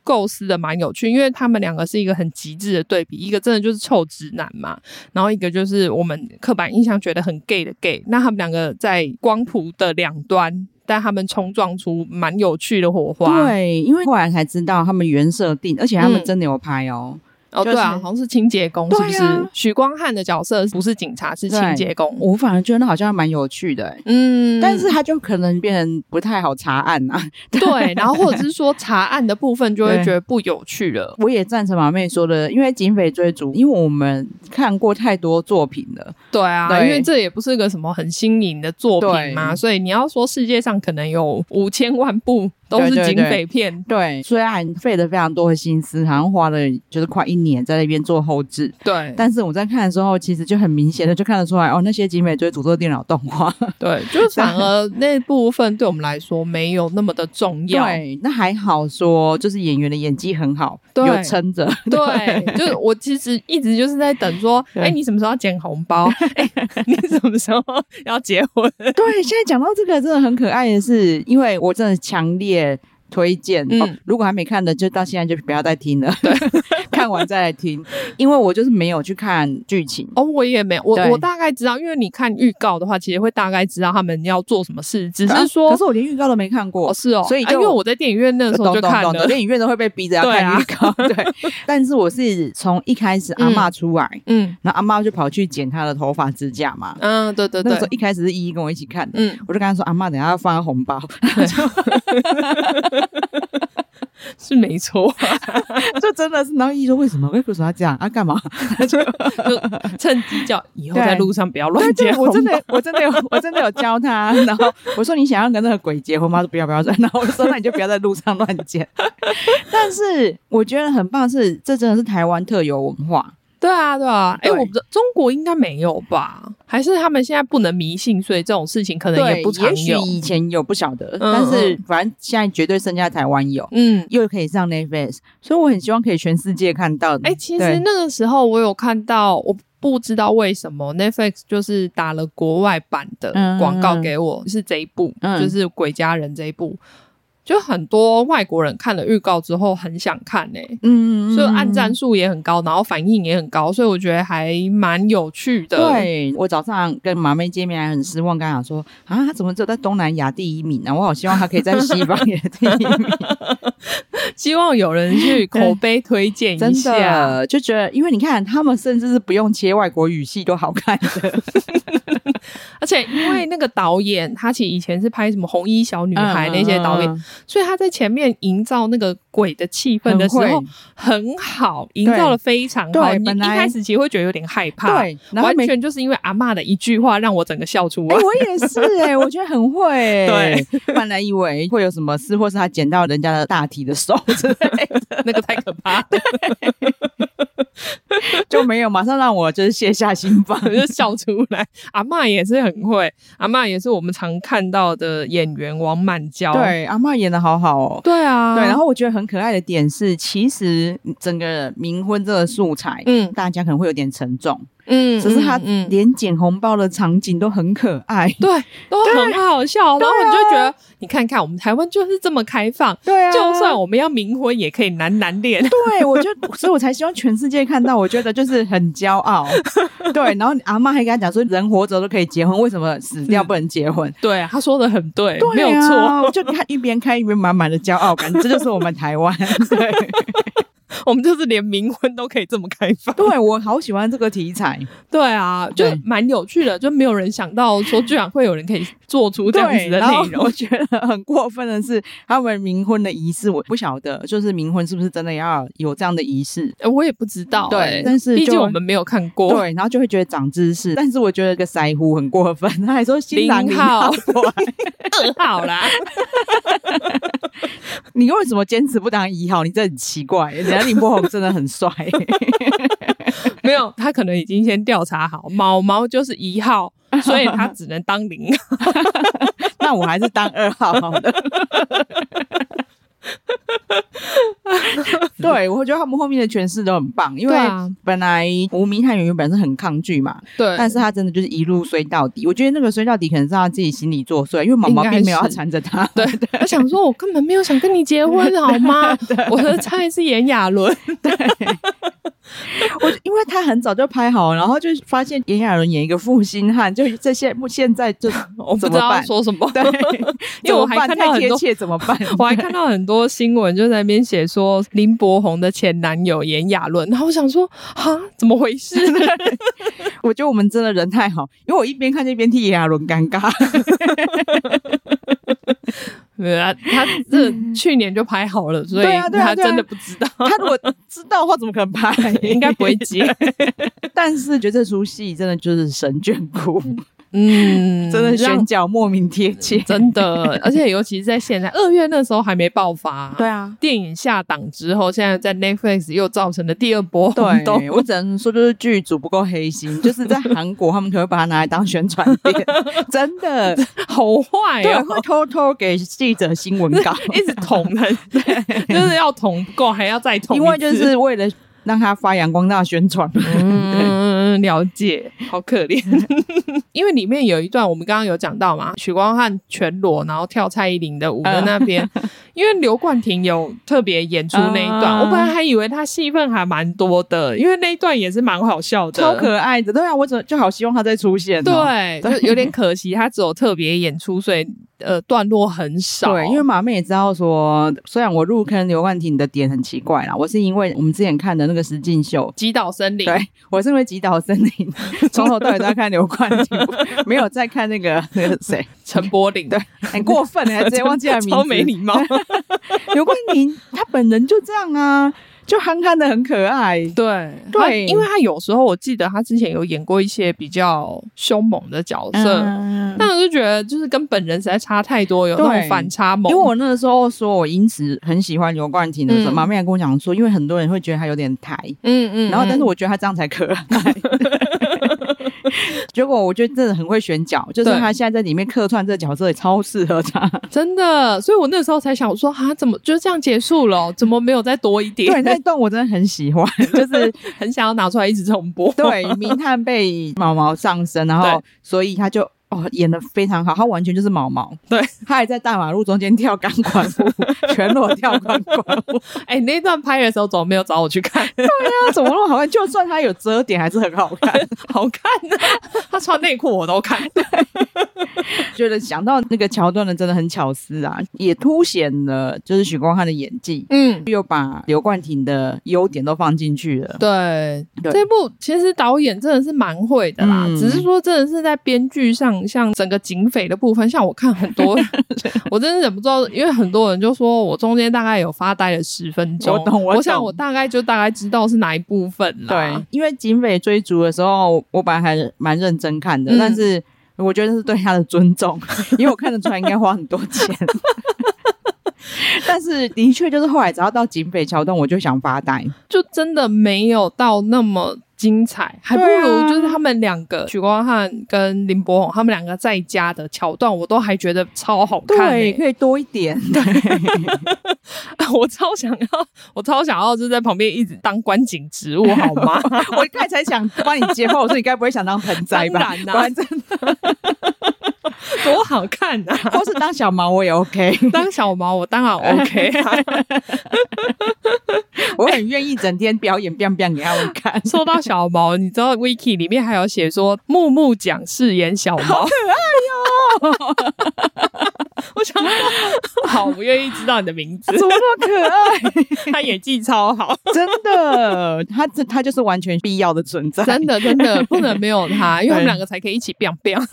S2: 构思的蛮有趣，因为他们两个是一个很极致的对比，一个真的就是臭直男嘛，然后一个就是我们刻板印象觉得很 gay 的 gay，那他们两个在光谱的两端，但他们冲撞出蛮有趣的火花。，
S1: 对，因为后来才知道他们原设定，而且他们
S2: 嗯
S1: 真的有拍哦。
S2: 哦，
S1: 就是
S2: 对啊，好像是清洁工，是不
S1: 对
S2: 是？
S1: 啊
S2: 许光汉的角色不是警察，是清洁工。
S1: 我反而觉得那好像蛮有趣的、欸，
S2: 嗯，
S1: 但是他就可能变成不太好查案啊。
S2: 对，然后或者是说查案的部分就会觉得不有趣了。
S1: 我也赞成马妹说的，因为警匪追逐，因为我们看过太多作品了，
S2: 对啊，
S1: 对
S2: 因为这也不是个什么很新颖的作品嘛，
S1: 对
S2: 所以你要说世界上可能有五千万部都是
S1: 对对
S2: 警
S1: 对
S2: 匪片，
S1: 对，虽然费了非常多的心思，好像花了就是快一年在那边做后置，
S2: 对
S1: 但是我在看的时候，其实就很明显的就看得出来，哦，那些警匪追逐都是电脑动画，
S2: 对，就是反而那部分对我们来说没有那么的重要。
S1: 对，那还好说，就是演员的演技很好，
S2: 对
S1: 有撑着，
S2: 对，就是我其实一直就是在等说，
S1: 对
S2: 哎，你什么时候要捡红 包？哎，你什么时候要结婚？
S1: 对，现在讲到这个真的很可爱的是，因为我真的强烈推荐、
S2: 嗯
S1: 哦，如果还没看的，就到现在就不要再听了，对， 看完再来听，因为我就是没有去看剧情。
S2: 哦，我也没有，我
S1: 对
S2: 我大概知道，因为你看预告的话，其实会大概知道他们要做什么事，只是
S1: 啊
S2: 说
S1: 可是我连预告都没看过
S2: 哦，是哦，
S1: 所以
S2: 啊
S1: 就
S2: 因为我在电影院那时候就
S1: 懂
S2: 看
S1: 懂
S2: 了
S1: 懂，，电影院都会被逼着要
S2: 对啊
S1: 看预告， 对。但是我是从一开始阿嬷出来，
S2: 嗯
S1: 然后阿嬷就跑去剪她的头发、指甲嘛。
S2: 嗯，对对
S1: 那时候
S2: 对，
S1: 一开始是依依跟我一起看的，
S2: 嗯，
S1: 我就跟她说：“阿嬷，等一下要发红包。”
S2: 是没错，
S1: 就真的是，然后依依说：“为什么？为什么要这样啊？干嘛？”
S2: 就趁机叫以后
S1: 对
S2: 在路上不要
S1: 对
S2: 乱
S1: 对
S2: 接
S1: 我真
S2: 红包
S1: 的，我真的有，我真的有教他。然后我说你想要跟那个鬼结婚吗？他说不要不要。然后我说那你就不要在路上乱捡。 但是我觉得很棒是，这真的是台湾特有文化。
S2: 对啊 对啊，哎，
S1: 对
S2: 我不知道中国应该没有吧？还是他们现在不能迷信，所以这种事情可能
S1: 对，
S2: 也不常
S1: 也许
S2: 有。
S1: 以前有不晓得，
S2: 嗯
S1: 但是反正现在绝对剩下台湾有，
S2: 嗯，
S1: 又可以上 Netflix，所以我很希望可以全世界看到。
S2: 哎，其
S1: 对
S2: 实那个时候我有看到，我不知道为什么 Netflix 就是打了国外版的
S1: 嗯
S2: 广告给我，是这一部，
S1: 嗯
S2: 就是《鬼家人》这一部。就很多外国人看了预告之后很想看哎呢、
S1: 嗯，
S2: 所以按赞数也很高，然后反应也很高，所以我觉得还蛮有趣的。，
S1: 对我早上跟马妹见面还很失望，跟她讲说啊，她怎么只有在东南亚第一名呢、我好希望她可以在西方也第一名。
S2: 希望有人去口碑推荐一
S1: 真
S2: 下。
S1: 的就觉得，因为你看他们甚至是不用切外国语系都好看的，
S2: 而且因为那个导演，他其实以前是拍什么《红衣 小女孩》那些导演，
S1: 嗯
S2: 所以他在前面营造那个鬼的气氛的时候
S1: 很
S2: 很好，营造的非常好。
S1: 对
S2: 你
S1: 本
S2: 一
S1: 来
S2: 开始其实会觉得有点害怕，，
S1: 对，然后
S2: 完
S1: 没。
S2: 全就是因为阿嬷的一句话让我整个笑出
S1: 哎、
S2: 来。
S1: 我也是哎、我觉得很会、欸。对，本来以为会有什么事，或是他捡到人家的大体的手之类的，
S2: 那个太可怕了，
S1: 就没有马上让我就是卸下心 防。
S2: 我就笑出来。阿嬷也是很会，阿嬷也是我们常看到的演员王满娇。
S1: 对，阿嬷演的好好哦、
S2: 对啊，
S1: 对，然后我觉得很可爱的点是，其实整个冥婚这个素材，
S2: 嗯
S1: 大家可能会有点沉重，
S2: 嗯
S1: 只是他
S2: 嗯嗯
S1: 连捡红包的场景都很可爱。
S2: 对，都很
S1: 啊
S2: 好笑。然后你就觉得，你看看我们台湾就是这么开放，
S1: 对啊，
S2: 就算我们要冥婚也可以男男恋。
S1: 对，我就所以，我才希望全世界看到。我觉得就是很骄傲，对。然后阿妈还跟他讲说，人活着都可以结婚，为什么死掉不能结婚？
S2: 对，他说的很对，
S1: 对啊
S2: 嗯没有错。，
S1: 就他一边开一边满满的骄傲感，这就是我们台湾。对，
S2: 我们就是连冥婚都可以这么开放。
S1: 对我好喜欢这个题材。
S2: 对啊，就
S1: 对
S2: 蛮有趣的，就没有人想到说，居然会有人可以做出这样子
S1: 对，
S2: 的
S1: 然后
S2: 内 容
S1: 我。觉得很过分的是，他们冥婚的仪式，我不晓得，就是冥婚是不是真的要有这样的仪式？
S2: 呃我也不知道、
S1: 对
S2: 欸
S1: 但是
S2: 毕竟
S1: 就
S2: 我们没有看过。
S1: 对，然后就会觉得长知识，但是我觉得个腮胡很过分，他还说新郎
S2: 零
S1: 零号
S2: 号
S1: 过来，
S2: 二号啦，
S1: 你为什么坚持不当一号？你这很奇怪。人家林柏宏真的很 帅，
S2: 没有，他可能已经先调查好，毛毛就是一 号，所以他只能当零号。
S1: 那我还是当二号好 了。对，我觉得他们后面的诠释都很棒，因为
S2: 对啊
S1: 本来无名汉原本是很抗拒嘛，
S2: 对
S1: 但是他真的就是一路追到底。我觉得那个追到底可能是他自己心里作祟，因为毛毛
S2: 应该
S1: 并没有要
S2: 是
S1: 缠着他。
S2: 对，他想说，我根本没有想跟你结 婚，好吗？我的菜是炎亚纶，
S1: 我 因为他很早就拍好，然后就发现炎亚纶演一个负心汉，就这些现在就
S2: 我不
S1: 怎
S2: 知
S1: 么
S2: 道
S1: 办？
S2: 说什么。
S1: 对，
S2: 因为我
S1: 怎么
S2: 还
S1: 办
S2: 看到
S1: 太
S2: 很
S1: 贴
S2: 多
S1: 切，怎么办？
S2: 我还看到很多新闻，就在那边写说林柏宏的前男友炎亚纶，然后我想说，哈，怎么回 事？
S1: 我觉得我们真的人太好，因为我一边看就一边替炎亚纶尴尬。
S2: 没有啊，他这去年就拍好了，所以
S1: 对啊对啊
S2: 他
S1: 对啊
S2: 真的不知道，
S1: 他如果知道的话，怎么可能拍？
S2: 应该不会 接。
S1: 但是觉得这出戏真的就是神眷顾，
S2: 嗯，
S1: 真的
S2: 让
S1: 选角莫名贴切。
S2: 真的，而且尤其是在现在二月那时候还没爆发，
S1: 对啊，
S2: 电影下档之后，现在在 Netflix 又造成了第二波轰动。
S1: 对，我只能说就是剧组不够黑心，就是在韩国他们可能会把它拿来当宣传片，真的，
S2: 好坏
S1: 对，
S2: 哦，
S1: 会偷偷给记者新闻稿，
S2: 一直捅人，就是要捅不够，还要再 捅一
S1: 因
S2: 次，
S1: 为就是为了让他发扬光大宣传。
S2: 嗯，了解，好可 怜。因为里面有一段我们刚刚有讲到嘛，许光汉全裸然后跳蔡依林的舞的那边，
S1: 嗯
S2: 因为刘冠廷有特别演出那一段，
S1: 啊
S2: 我本来还以为他戏份还蛮多的，因为那一段也是蛮好笑 的，
S1: 超可爱的，对啊，我怎么就好希望他再出现、哦。
S2: 对，就有点可惜，他只有特别演出，所以呃段落很少。
S1: 对，因为马妹也知道说，虽然我入坑刘冠廷的点很奇怪啦，我是因为我们之前看的那个实境秀，
S2: 极岛森林，
S1: 对我是因为《极岛森林》从头到尾都在看刘冠廷， 没有在看那个那个谁，
S2: 陈柏 霖，
S1: 对，很过分，还直接忘记他的名字，
S2: 超没礼貌。
S1: 刘冠廷他本人就这样啊，就憨憨的很可 爱。
S2: 对
S1: 对
S2: 他因为他有时候我记得他之前有演过一些比较凶猛的角色，
S1: 嗯
S2: 但我就觉得就是跟本人实在差太多，有那种
S1: 对
S2: 反差
S1: 因
S2: 萌。
S1: 为我那个时候说我因此很喜欢刘冠廷的时候，
S2: 嗯
S1: 马妹还跟我讲说，因为很多人会觉得他有点台，
S2: 嗯嗯，
S1: 然后，但是
S2: 我
S1: 我觉得他这样才可 爱。结果我觉得真的很会选角，就是
S2: 对
S1: 他现在在里面客串这个角色也超适合 他。
S2: 真的，所以我那时候才想说啊，怎么就这样结束了哦？怎么没有再多一
S1: 对，
S2: 点？
S1: 那一段我真的很喜欢，就是
S2: 很想要拿出来一直重播。
S1: 对明探被毛毛上身，然后
S2: 对
S1: 所以他就哦演的非常好，他完全就是毛毛。
S2: 对，
S1: 他还在大马路中间跳钢管舞， 全裸跳钢管 舞。
S2: 哎、你那段拍的时候怎么没有找我去看？
S1: 他怎么那么好看？就算他有遮点，还是很好 看。
S2: 好看啊！他穿内裤我都看。
S1: 觉得想到那个桥段呢，真的很巧思啊，也凸显了就是许光汉的演技。
S2: 嗯，
S1: 又把刘冠廷的优点都放进去了。
S2: 对，
S1: 对
S2: 这部其实导演真的是蛮会的啦，
S1: 嗯
S2: 只是说真的是在编剧上，像整个警匪的部分，像我看很 多，我真的忍不住，因为很多人就说我中间大概有发呆了十分钟，
S1: 我懂我
S2: 我想
S1: 懂
S2: 我大概就大概知道是哪一部分啦。
S1: 对，因为警匪追逐的时候，我本来还蛮认真看的，
S2: 嗯
S1: 但是我觉得是对他的尊 重，因为我看得出来应该花很多 钱。但是的确就是后来只要到警匪桥段，我就想发呆。
S2: 就真的没有到那么精彩，还不
S1: 对啊
S2: 如就是他们两个许光汉跟林柏宏他们两个在家的桥段，我都还觉得超好看、
S1: 对，
S2: 欸。
S1: 可以多一点，对，
S2: 我超想要，我超想要就是在旁边一直当观景植物，好 吗？
S1: 我刚才才想帮你接话，我说你该不会想当盆栽 吧？
S2: 当然啦
S1: 不真的，
S2: 多好看啊！
S1: 或是当小毛我也 OK，
S2: 当小毛我 当然 OK 啊。
S1: 我很愿意整天表演 biang biang 给他们看。
S2: 说到小毛，你知道 Wiki 里面还有写说木木讲饰演小毛，哦 我想说，好，我愿意知道你的名字
S1: 怎。么那么可爱？
S2: 他演技超好，
S1: 真的，他这他就是完全必要的存在。
S2: 真的真的不能没有他，因为他们
S1: 对
S2: 两个才可以一起 biang biang。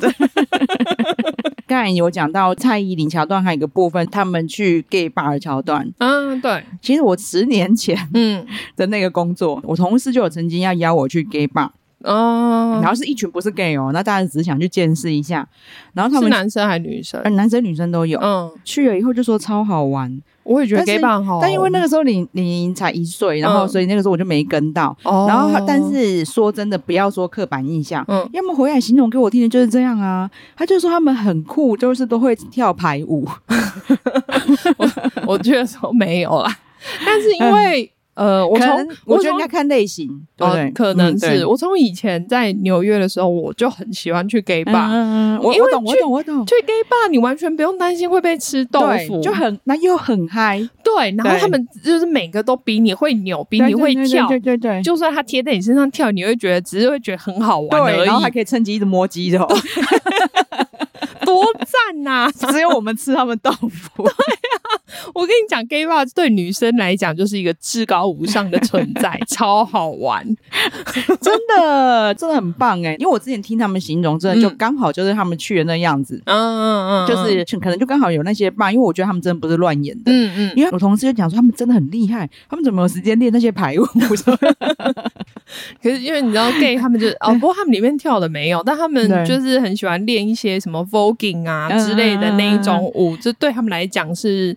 S1: 刚才有讲到蔡依林桥段，还有一个部分，他们去 gay bar 的桥段。
S2: 嗯，对，
S1: 其实我十年前
S2: 嗯，
S1: 的那个工作，我同事就有曾经要邀我去 gay bar，、然
S2: 哦，
S1: 后是一群不是 gay 哦，那当然只是想去见识一下。然后他
S2: 是
S1: 们
S2: 男生还是女生
S1: 呃？男生女生都有，
S2: 嗯，
S1: 去了以后就说超好玩，
S2: 我也觉得
S1: 但
S2: gay
S1: 是
S2: b 好，
S1: 但因为那个时候你你才一岁，然后
S2: 嗯
S1: 所以那个时候我就没跟到。
S2: 哦，
S1: 然后他，但是说真的，不要说刻板印象，
S2: 嗯，
S1: 要么回来形容给我听的就是这样啊。他就说他们很酷，就是都会跳排舞。
S2: 我觉得说没有啦，但是因为呃，我
S1: 嗯可
S2: 从
S1: 能我觉得
S2: 从
S1: 应该看类型，对不对？
S2: 哦可能
S1: 嗯
S2: 是、
S1: 对
S2: 我从以前在纽约的时候，我就很喜欢去 gay
S1: 嗯
S2: bar，、
S1: 嗯嗯我
S2: 因为
S1: 我懂，我
S2: 去
S1: 懂，我懂。
S2: 去 gay bar 你完全不用担心会被吃豆腐，
S1: 对，就很那又很嗨，
S2: 对。然后
S1: 对
S2: 他们就是每个都比你会扭，比
S1: 对
S2: 你会
S1: 对对
S2: 跳，
S1: 对对对。对
S2: 就算他贴在你身上跳，你会觉得只是会觉得很好玩而
S1: 对，然后还
S2: 已，
S1: 可以趁机一直摸鸡肉，
S2: 多赞呐、
S1: 只有我们吃他们豆腐。
S2: 我跟你讲，gay bar 对女生来讲就是一个至高无上的存 在，超好玩。
S1: 真的，真的很棒哎！因为我之前听他们形容，真的就
S2: 欸嗯
S1: 刚好就是他们去的那样子，
S2: 嗯嗯嗯，
S1: 就是可能就刚好有那些吧，因为我觉得他们真的不是乱演的。
S2: 嗯嗯，
S1: 因为我同事就讲说，他们真的很厉害，他们怎么有时间练那些排舞？我说
S2: 可是因为你知道 gay 他们就是哦，不过他们里面跳的没有，但他们
S1: 对
S2: 就是很喜欢练一些什么 voguing 啊
S1: 嗯
S2: 之类的那一种舞，这对他们来讲是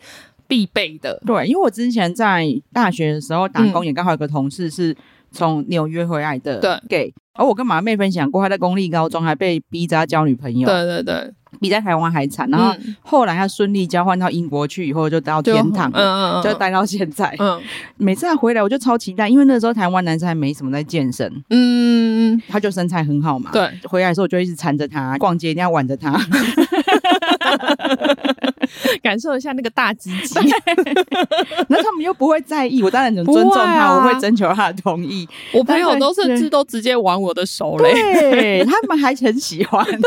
S2: 必备的。
S1: 对，因为我之前在大学的时候打工，
S2: 嗯
S1: 也刚好有个同事是从纽约回来的
S2: 对
S1: gay，而我跟马妹分享过，她在公立高中还被逼着要交女朋友，
S2: 对对对，
S1: 比在台湾还惨。然后
S2: 嗯
S1: 后来她顺利交换到英国去以后，就到天堂
S2: 就
S1: 了。
S2: 嗯嗯嗯，
S1: 就待到现在，
S2: 嗯
S1: 每次她回来我就超期待，因为那时候台湾男生还没什么在健身，
S2: 嗯，嗯
S1: 她就身材很好嘛。，
S2: 对，
S1: 回来的时候我就一直缠着她，逛街一定要挽着她。
S2: 嗯感受一下那个大鸡 鸡，
S1: 那他们又不会在意，我当然很
S2: 不
S1: 尊重
S2: 会
S1: 他，
S2: 啊
S1: 我会征求他的同意。
S2: 我朋友都甚至都直接玩我的手 嘞，
S1: 对他们还很喜欢，
S2: 对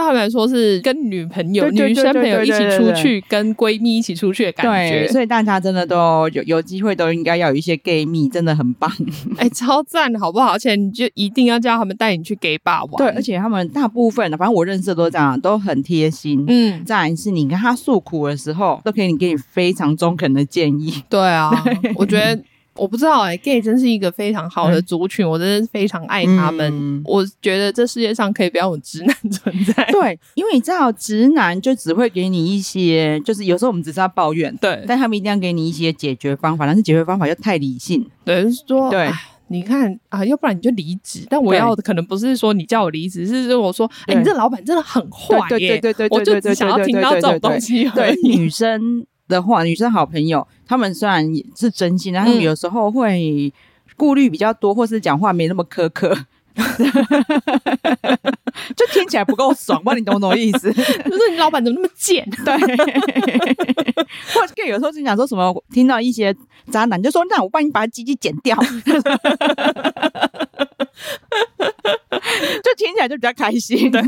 S2: 他们来说是跟女朋友、
S1: 对对
S2: 女生朋友一起
S1: 对对对
S2: 出
S1: 对对
S2: 去，跟闺蜜一起出去的感
S1: 对，
S2: 觉，
S1: 所以大家真的都有有机会都应该要有一些 gay 蜜，真的很 棒。
S2: 哎，超赞的好不好？而且你就一定要叫他们带你去 gay bar 玩，
S1: 对，而且他们大部分，反正我认识的都这样，都很贴心。
S2: 嗯，
S1: 再来是，你跟他诉苦的时候，都可以给你非常中肯的建 议。
S2: 对啊，我觉得我不知道哎、g a y 真是一个非常好的族群，我真的是非常爱他们。
S1: 嗯
S2: 我觉得这世界上可以不要有直男存在。
S1: 对，因为你知道，直男就只会给你一些，就是有时候我们只是要抱怨，
S2: 对
S1: 但他们一定要给你一些解决方法，但是解决方法又太理性。
S2: 对，就是说
S1: 对
S2: 哎你看啊，要不然你就离职。但我要的可能不是说你叫我离职，是说我说，哎、
S1: 对
S2: 你这老板真的很坏耶。
S1: 对对对对对对
S2: 我就
S1: 对对
S2: 只想要
S1: 对对
S2: 听到这
S1: 对
S2: 种
S1: 对对
S2: 东西而
S1: 对
S2: 已。
S1: 女生的话，女生好朋友，她们虽然也是真心的，但她们
S2: 嗯
S1: 有时候会顾虑比较多，或是讲话没那么苛刻。 就听起来不够爽，不知道你懂不懂意 思？
S2: 就是你老板怎么那么贱？
S1: 对，或者有时候就讲说什么，听到一些渣男就说：“那我帮你把鸡鸡剪掉。” 就听起来就比较开心。对，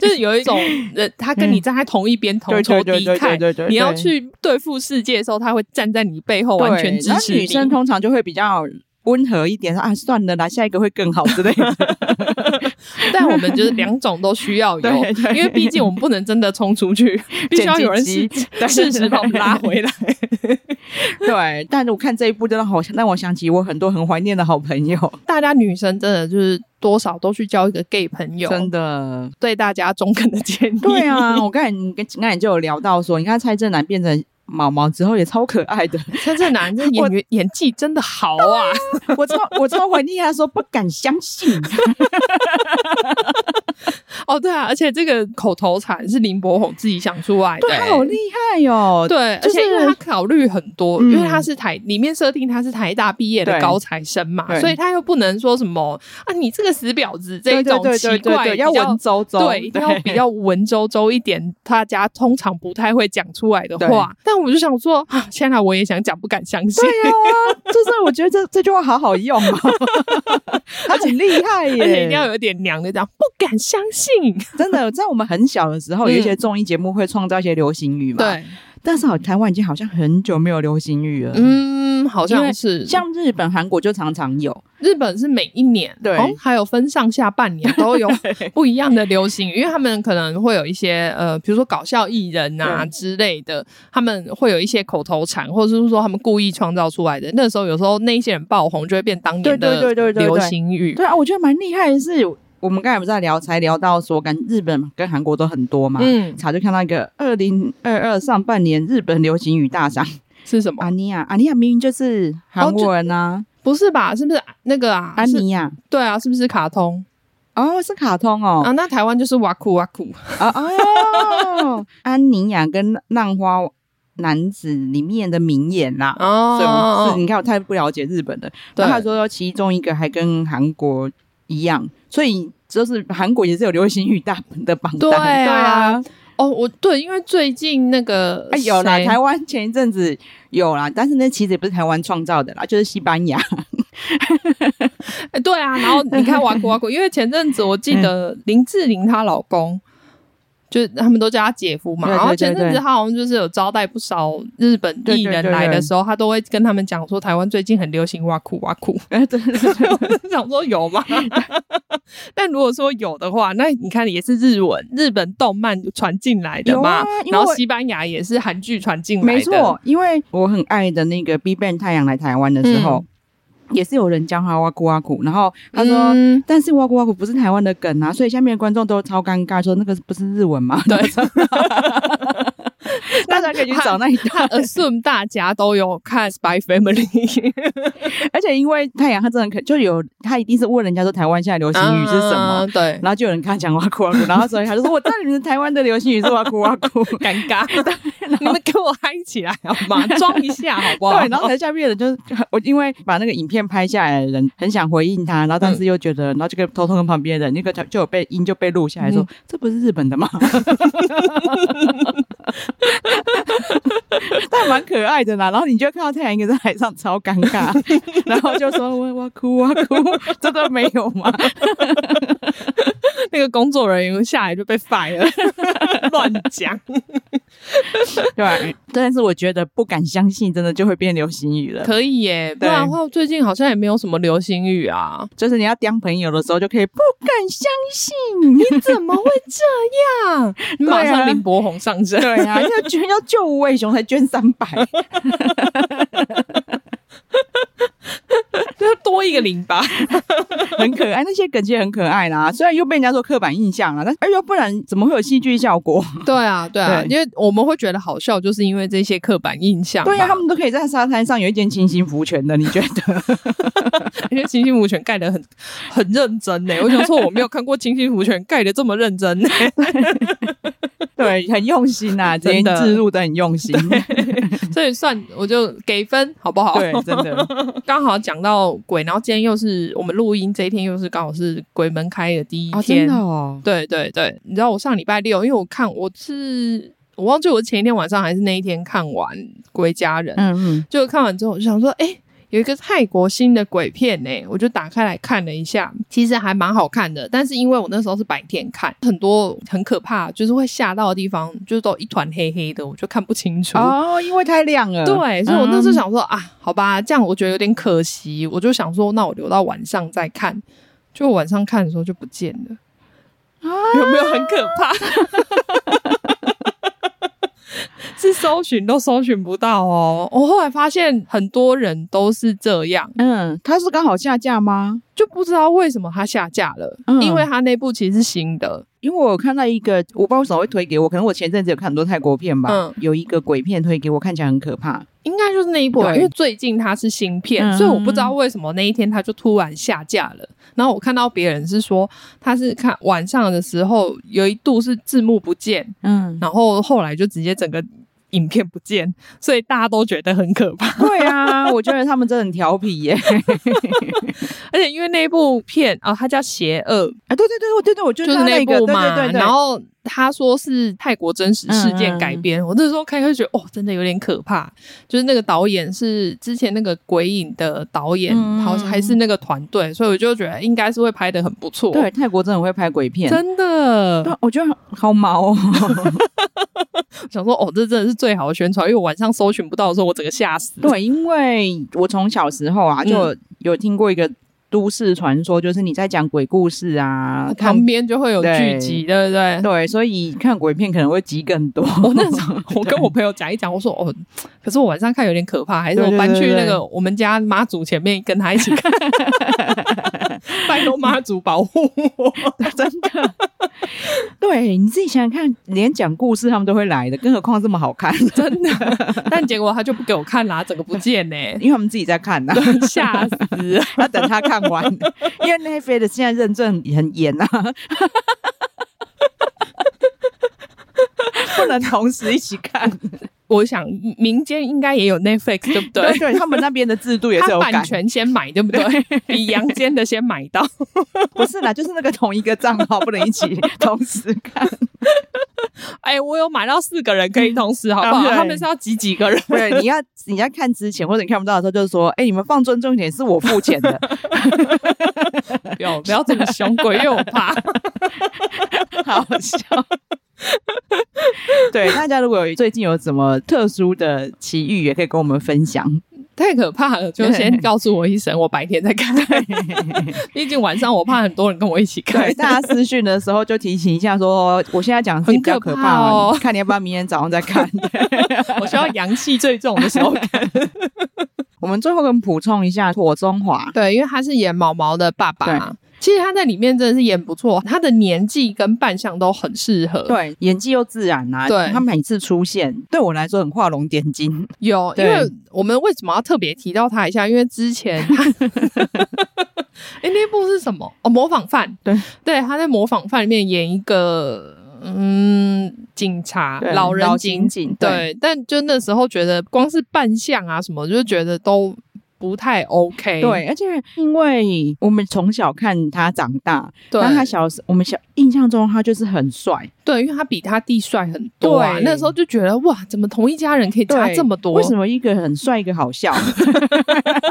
S2: 就是有一种人，他跟你站在同一边，同
S1: 对
S2: 仇
S1: 对对
S2: 敌
S1: 对
S2: 忾
S1: 对对对。对
S2: 你要去对付世界的时候，他会站在你背后，
S1: 对，
S2: 哦完全支
S1: 那
S2: 持你。
S1: 女生通常就会比较温和一点，说啊，算了啦，下一个会更好之类的。
S2: 但我们就是两种都需要有
S1: 对，对
S2: 因为毕竟我们不能真的冲出 去， 必须要有人
S1: 剪辑
S2: 是
S1: 机
S2: 适时把我们拉回来。
S1: 对， 但是我看这一部真的好让我想起我很多很怀念的好朋友，
S2: 大家女生真的就是多少都去交一个 gay 朋友，
S1: 真 的。
S2: 对大家中肯的建议。啊
S1: 对，啊，我刚才你跟刚才就有聊到说，你看蔡正南变成毛毛之后也超可爱的，
S2: 陈正南这演员演技真的好啊！
S1: 我超我超怀念他说不敢相 信，
S2: 哦，对啊，而且这个口头禅是林柏宏自己想出来的、
S1: 对，他好厉害哦，
S2: 对，而
S1: 就是
S2: 且因为他考虑很多，
S1: 嗯
S2: 因为他是台里面设定他是台大毕业的
S1: 对
S2: 高材生嘛
S1: 对，
S2: 所以他又不能说什么啊，你这个死婊子这一种
S1: 对对
S2: 奇
S1: 对对对
S2: 怪，
S1: 对要
S2: 比较
S1: 文绉绉，
S2: 对，一定要比较文绉绉一点，大家通常不太会讲出来的话。但我就想说啊，现在我也想讲，不敢相信
S1: 对。呀、哎就是我觉得这这句话好好用 哦，他很厉害
S2: 而且一定要
S1: 耶！
S2: 有点娘的，这样不敢相信。
S1: 真的，在我们很小的时候，有一些
S2: 嗯
S1: 综艺节目会创造一些流行语嘛。，，但是好，台湾已经好像很久没有流行语了。
S2: 嗯，好
S1: 因为
S2: 像是
S1: 像日本、韩国就常常 有，
S2: 日本是每一年，
S1: 对
S2: 哦还有分上下半年 都有不一样的流行，因为他们可能会有一些呃，比如说搞笑艺人啊
S1: 对
S2: 之类的，他们会有一些口头禅，或者是说他们故意创造出来的。那时候有时候那一些人爆红，就会变当
S1: 对
S2: 年
S1: 对
S2: 的
S1: 对对对
S2: 流
S1: 对。
S2: 行语。
S1: 对啊，我觉得蛮厉害的是，我们刚才不是在聊，才聊到说跟日本跟韩国都很多嘛。
S2: 嗯，
S1: 查就看到一个二零二二上半年日本流行语大赏，
S2: 是什么？
S1: 阿尼亚，阿尼亚明明就是韩国人啊，
S2: 啊不是吧？是不是那个啊？
S1: 安
S2: 是
S1: 妮亚，
S2: 对啊，是不是卡通
S1: 哦，是卡通哦，
S2: 啊？那台湾就是哇酷哇酷，
S1: 啊哦，安妮亚跟浪花男子里面的名言啦、所以我
S2: 哦
S1: 是你看我太不了解日本了。
S2: 对
S1: 然后他说其中一个还跟韩国一样，所以就是韩国也是有流行语大本的榜单，
S2: 对啊
S1: 啊，
S2: 哦，我对，因为最近那个
S1: 哎有啦，
S2: 谁
S1: 台湾前一阵子有啦，但是那其实也不是台湾创造的啦，就是西班 牙，
S2: 哎，对啊，然后你看哇酷哇 酷，因为前阵子我记得
S1: 嗯
S2: 林志玲她老公，就是他们都叫她姐夫嘛，
S1: 对对
S2: 然后
S1: 对
S2: 前阵子
S1: 对
S2: 她好像就是有招待不少日本
S1: 对
S2: 艺
S1: 对
S2: 人
S1: 对
S2: 来的
S1: 对
S2: 时候，她都会跟他们讲说台湾最近很流行哇酷哇酷，
S1: 哎对对对
S2: 我就想说有吗？ 但如果说有的话，那你看也是日文，日本动漫传进来的
S1: 有
S2: 嘛，
S1: 啊因为
S2: 然后
S1: 我
S2: 西班牙也是韩剧传进来的，
S1: 没错，因为我很爱的那个 B i g Bang 太阳来台湾的时
S2: 嗯
S1: 候，也是有人教他哇咕哇咕，然后他说。
S2: 嗯
S1: 但是哇咕哇咕不是台湾的梗啊，所以下面的观众都超尴尬，说那个不是日文吗？
S2: 对，
S1: 大家可以去找那一
S2: 他
S1: 段。
S2: assume 大家都有看《Spy Family》。
S1: 而且因为太阳他真的可就有，他一定是问人家说台湾现在流行语是什么，
S2: 啊对，
S1: 然后就有人跟他讲哇咕哇咕，然后所以他就说我知道你们台湾的流行语是哇咕哇 咕，
S2: 尴尬， 你们给我嗨起来好 吗？装一下好不好？
S1: 对，然后台下面的人就是我，因为把那个影片拍下来的人很想回应他，然后但是又觉得，然后就跟偷偷跟旁边的人那个就就有被音就被录下来说，
S2: 嗯
S1: 这不是日本的吗？ 但蛮可爱的啦。然后你就看到太阳一个在海上超尴尬， 然后就说我我哭我哭，这都没有吗？
S2: 那个工作人员下来就被 fire，乱讲。
S1: 对，但是我觉得不敢相信，真的就会变流行语了。
S2: 可以耶，不然的话最近好像也没有什么流行语啊。
S1: 就是你要当朋友的时候，就可以不敢相信。
S2: 你 怎么会这样？你 马
S1: 对
S2: 上
S1: 啊
S2: 林柏宏上身。
S1: 对啊呀、要捐要救无尾熊才捐三百，
S2: 就多一个零吧，
S1: 很可爱。那些梗其实很可爱啦，虽然又被人家说刻板印象了，但哎要不然怎么会有戏剧效 果？
S2: 对啊，对啊，
S1: 对
S2: 因为我们会觉得好笑，就是因为这些刻板印象嘛。
S1: 对 呀、他们都可以在沙滩上有一间清新福泉的，你觉得？
S2: 而且清新福泉盖的很很认真呢。我想说，我没有看过清新福泉盖的这么认真呢。
S1: 对，很用心呐、啊，
S2: 真
S1: 连
S2: 的
S1: 置入都很用心。
S2: 所以算我就给分好不 好？
S1: 对，真的，
S2: 刚好讲到鬼，然后今天又是我们录音这一天，又是刚好是鬼门开的第一天。
S1: 哦。
S2: 对对对，你知道我上礼拜六，因为我看我是我忘记我前一天晚上还是那一天看完《鬼家人》
S1: 嗯嗯，
S2: 就看完之后我就想说，哎、有一个泰国新的鬼片呢、我就打开来看了一下，其实还蛮好看的。但是因为我那时候是白天看，很多很可怕，就是会吓到的地方，就是都一团黑黑的，我就看不清楚。
S1: 哦，因为太亮了。
S2: 对，所以我那时候
S1: 嗯
S2: 想说、啊，好吧，这样我觉得有点可惜，我就想说，那我留到晚上再看。就我晚上看的时候就不见了，
S1: 啊
S2: 有没有很可怕？是搜寻都搜寻不到哦。我后来发现很多人都是这样，
S1: 嗯，它是刚好下架吗？
S2: 就不知道为什么它下架了，
S1: 嗯
S2: 因为它那部其实是新的，
S1: 因为我有看到一个，我不知道为什么会推给我，可能我前阵子有看很多泰国片吧，
S2: 嗯
S1: 有一个鬼片推给我，看起来很可怕。
S2: 应该就是那一部吧，
S1: 对
S2: 因为最近它是新片，
S1: 嗯
S2: 所以我不知道为什么那一天它就突然下架了。然后我看到别人是说，他是看晚上的时候有一度是字幕不见，
S1: 嗯，
S2: 然后后来就直接整个影片不见，所以大家都觉得很可 怕。
S1: 对啊，我觉得他们真的很调皮 耶。
S2: 而且因为那一部片啊，它叫《邪恶》，
S1: 啊，对对对，我对对，我就
S2: 就是
S1: 看到
S2: 那
S1: 一个，
S2: 部
S1: 对
S2: 嘛，
S1: 对对嗯对，
S2: 然后他说是泰国真实事件改编，我那时候看就觉得哦，真的有点可怕。就是那个导演是之前那个《鬼影》的导演，
S1: 嗯
S2: 好像还是那个团队，所以我就觉得应该是会拍的很不错。
S1: 对，泰国真的会拍鬼片，
S2: 真
S1: 对啊
S2: 的，，
S1: 我觉得好好毛哦。
S2: 想说哦，这真的是最好的宣传，因为我晚上搜寻不到的时候，我整个吓死。，
S1: 对，因为我从小时候啊，就有听过一个都市传说，就是你在讲鬼故事啊，看
S2: 旁边就会有剧集，对不对？
S1: 对，所以看鬼片可能会集更多。
S2: 我那时候 我跟我朋友讲一讲，我说哦，可是我晚上看有点可怕，还是我
S1: 对对
S2: 搬去
S1: 对
S2: 那
S1: 对
S2: 个我们家妈祖前面跟他一起 看，拜托妈祖保护我。
S1: 真的，对，你自己想想看，连讲故事他们都会来的，更何况这么好看，真的，
S2: 但结果他就不给我看啦，整个不见呢、
S1: 因为他们自己在看呐、
S2: 吓死！
S1: 要等他看完，因为奈飞的现在认证很严啊， 不能同时一起看。
S2: 我想民间应该也有 Netflix，对不 对？
S1: 对对，他们那边的制度也是
S2: 他
S1: 有改
S2: 版，权先买，对不对？ 比阳间的先买到。
S1: 不是啦，就是那个同一个账号不能一 起同时看。
S2: 哎、我有买到四个人可以同时，好不
S1: 啊
S2: 好？
S1: 对
S2: 他们是要集几个人？
S1: 对，你要你在看之前或者你看不到的时候，就是说，哎、你们放尊重一点，是我付钱的。
S2: 不要不要这么凶鬼，因为我怕。
S1: 好笑。对，大家如果有最近有什么特殊的奇遇，也可以跟我们分享。
S2: 太可怕 了，就先告诉我一声，我白天再 看。毕竟晚上我怕很多人跟我一起看
S1: 对，。 大家私讯的时候就提醒一下说，我现在讲的事情比较可怕
S2: 很可怕哦
S1: 你看你要不要明天早上再看。
S2: 我需要阳气最重的时候看。
S1: 我们最后跟补充一下，妥中华，
S2: 对，因为他是演毛毛的爸爸
S1: 对。
S2: 其实他在里面真的是演不错，他的年纪跟扮相都很适合。，
S1: 对，演技又自然啊，
S2: 对
S1: 他每次出现对我来说很画龙点睛。
S2: 有，因
S1: 对
S2: 为我们为什么要特别提到他一下？因为之前 他，哎，那部是什么？哦，模仿犯。
S1: 对，
S2: 对，他在模仿犯里面演一个嗯警察，
S1: 对
S2: 老人
S1: 老
S2: 警
S1: 刑警对
S2: 对，但就那时候觉得光是扮相啊什么，就觉得都不太 OK。
S1: 对，而且因为我们从小看他长大，
S2: 对，
S1: 然后他小时，我们小印象中他就是很帅，
S2: 对，因为他比他弟帅很多、啊。
S1: 对
S2: 那时候就觉得哇，怎么同一家人可以差
S1: 对
S2: 这么多？
S1: 为什？么一个很帅，一个好笑？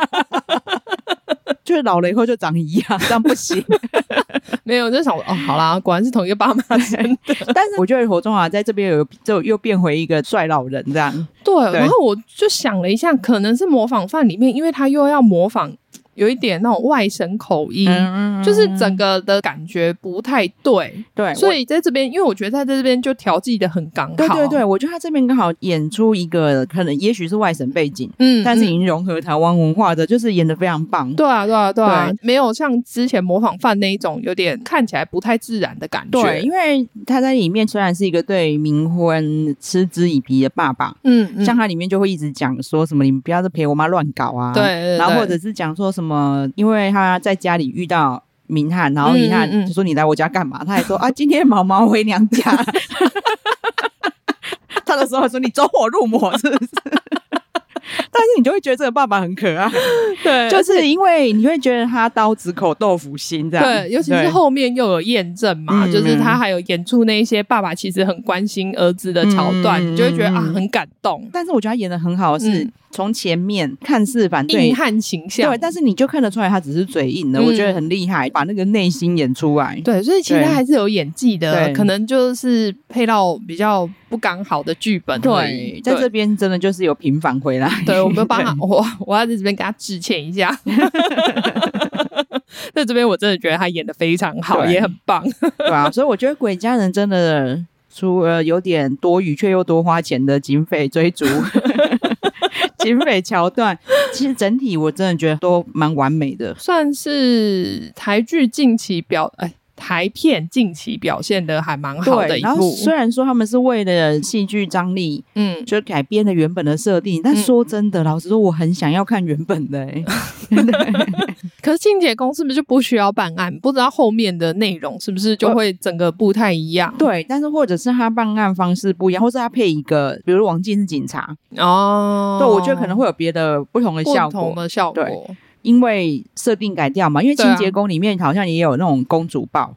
S1: 就是老了以后就长一样，这样不行。
S2: 没有，就想哦，好啦，果然是同一个爸妈生的。
S1: 但是我觉得侯中华在这边有就又变回一个帅老人这样。
S2: 对，
S1: 对
S2: 然后我就想了一下，可能是模仿犯里面，因为他又要模仿有一点那种外省口音。
S1: 嗯，
S2: 就是整个的感觉不太对，
S1: 对，
S2: 所
S1: 以
S2: 以在这边，因为我觉得他在这边就调剂的很刚好。
S1: 对对对，，我觉得他这边刚好演出一个可能也许是外省背景，
S2: 嗯，
S1: 但是已
S2: 嗯
S1: 经融合台湾文化的，就是演的非常棒。
S2: 对啊对啊对啊
S1: 对，
S2: 没有像之前模仿犯那一种有点看起来不太自然的感觉。
S1: 对，因为他在里面虽然是一个对冥婚嗤之以鼻的爸爸，
S2: 嗯，嗯
S1: 像它里面就会一直讲说什么你们不要再陪我妈乱搞啊，
S2: 对对对
S1: 然后或者是讲说什么，因为他在家里遇到。明翰，然后明翰
S2: 嗯嗯嗯
S1: 就说你来我家干嘛？他还说啊，今天毛毛回娘家。 他的时候还说你走火入魔是不是？ 但是你就会觉得这个爸爸很可爱，
S2: 对，
S1: 就是因为你会觉得他刀子口豆腐心这样。
S2: 对，尤其是后面又有验证嘛，
S1: 嗯
S2: 就是他还有演出那一些爸爸其实很关心儿子的桥段，
S1: 嗯
S2: 你就会觉得啊
S1: 嗯
S2: 很感动，
S1: 但是我觉得他演的很好的是，
S2: 嗯
S1: 从前面看似反对
S2: 硬汉形象
S1: 对，。但是你就看得出来他只是嘴硬的，
S2: 嗯
S1: 我觉得很厉害，把那个内心演出来。
S2: 对，所以其实
S1: 对
S2: 他还是有演技的，
S1: 对
S2: 可能就是配到比较不刚好的剧本而已。
S1: 在这边真的就是有平反回 来。
S2: 对，我们帮他， 我我要在这边给他致歉一下。 在这边我真的觉得他演的非常好，
S1: 对
S2: 也很棒。
S1: 对啊，所以我觉得《鬼家人》真的除了有点多余却又多花钱的警匪追逐、 警匪桥段，其实整体我真的觉得都蛮完美的。
S2: 算是台剧近期表哎。台片近期表现的还蛮好的
S1: 对，
S2: 一
S1: 然后
S2: 部，
S1: 虽然说他们是为了戏剧张力
S2: 嗯，
S1: 就改编的原本的设定，但
S2: 嗯
S1: 说真的，老实说，我很想要看原本的、欸。
S2: 可是清洁工是不是就不需要办案？不知道后面的内容是不是就会整个不太一样？
S1: 对，但是或者是他办案方式不一样，或是他配一个，比如王静是警察，
S2: 哦，
S1: 对我觉得可能会有别的不同的
S2: 不
S1: 效
S2: 同
S1: 果，
S2: 的效果
S1: 对。因为设定改掉嘛。因为
S2: 对啊
S1: 清洁工里面好像也有那种公主抱，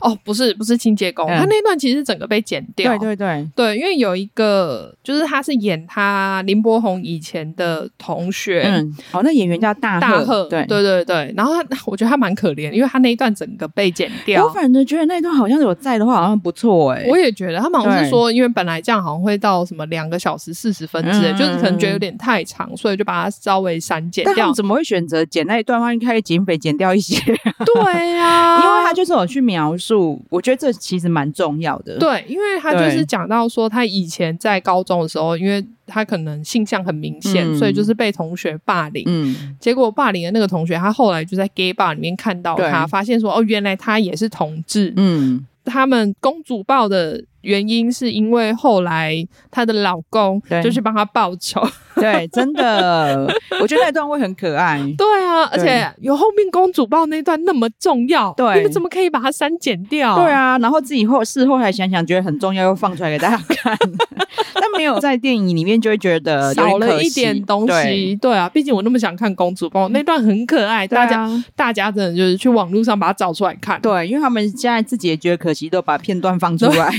S2: 哦，不是不是清洁工，
S1: 嗯
S2: 他那段其实整个被剪掉。
S1: 对对对，
S2: 对因为有一个就是他是演他林柏宏以前的同学。
S1: 嗯，好、那演员叫大
S2: 大
S1: 贺，
S2: 贺，
S1: 对。
S2: 对对对然后他， 我觉得他蛮可怜，因为他那一段整个被剪掉。
S1: 我反正觉得那段好像有在的话，好像不错哎、
S2: 我也觉得，他们好像是
S1: 对
S2: 说，因为本来这样好像会到什么两个小时四十分之类，
S1: 嗯
S2: 就是可能觉得有点太长，所以就把它稍微删减
S1: 但他
S2: 掉
S1: 们。怎么会选择剪那一段话？应该警匪剪掉一些，
S2: 对
S1: 因
S2: 啊，
S1: 为他就是有去描述，我觉得这其实蛮重要的。
S2: 对，因为他就
S1: 对
S2: 是讲到说，他以前在高中的时候，因为他可能性向很明显，
S1: 嗯
S2: 所以就是被同学霸凌。
S1: 嗯，
S2: 结果霸凌的那个同学，他后来就在 gay bar 里面看到他，
S1: 对
S2: 发现说哦，原来他也是同志。
S1: 嗯
S2: 他们公主抱的原因是因为后来她的老公
S1: 对
S2: 就去帮她报仇。
S1: 对，真的，我觉得那段会很可爱。
S2: 对啊，而
S1: 对
S2: 且有后面公主抱那段那么重要，
S1: 对
S2: 你们怎么可以把它删减掉？
S1: 对，啊，然后自己后事后才想想，觉得很重要，又放出来给大家看。 但没有在电影里面，就会觉得有
S2: 少
S1: 可
S2: 了一
S1: 惜
S2: 呃点东
S1: 对
S2: 西。对啊，毕竟我那么想看公主抱那段很可爱，
S1: 嗯对
S2: 大
S1: 啊
S2: 家大家真的就是去网络上把它找出来看。
S1: 对，因为他们现在自己也觉得可惜，都把片段放出 来。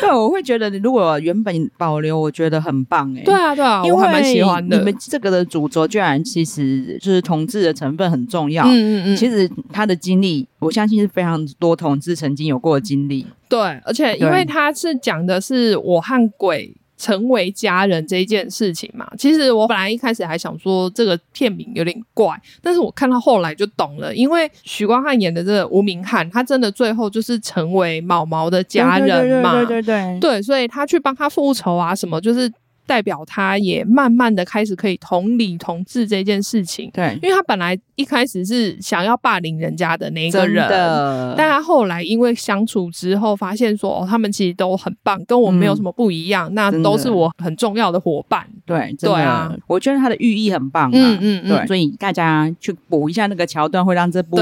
S1: 对，我会觉得如果原本保留，我觉得很棒哎、
S2: 对啊，对啊，
S1: 因
S2: 我
S1: 为
S2: 还蛮喜欢的。
S1: 你们这个的主轴居然其实就是同志的成分很重要。
S2: 嗯嗯嗯，
S1: 其实他的经历，我相信是非常多同志曾经有过的经历。
S2: 对，而且因
S1: 对
S2: 为他是讲的是我和鬼成为家人这一件事情嘛，其实我本来一开始还想说这个片名有点怪，但是我看到后来就懂了，因为许光汉演的这个吴明翰，他真的最后就是成为毛毛的家人嘛，
S1: 对对对对对
S2: 对，所以他去帮他复仇啊什么，就是代表他也慢慢的开始可以同理同志这件事情。
S1: 对
S2: 因为他本来一开始是想要霸凌人家的那一
S1: 对，
S2: 个
S1: 真
S2: 人，
S1: 的，
S2: 但他后来因为相处之后，发现说哦，他们其实都很棒，跟我没有什么不一样，那
S1: 嗯真的
S2: 都是我很重要的伙伴。
S1: 对真
S2: 对啊
S1: 的，我觉得他的寓意很棒
S2: 嗯
S1: 啊。
S2: 嗯嗯，
S1: 对，所以大家去补一下那个桥段，会让这部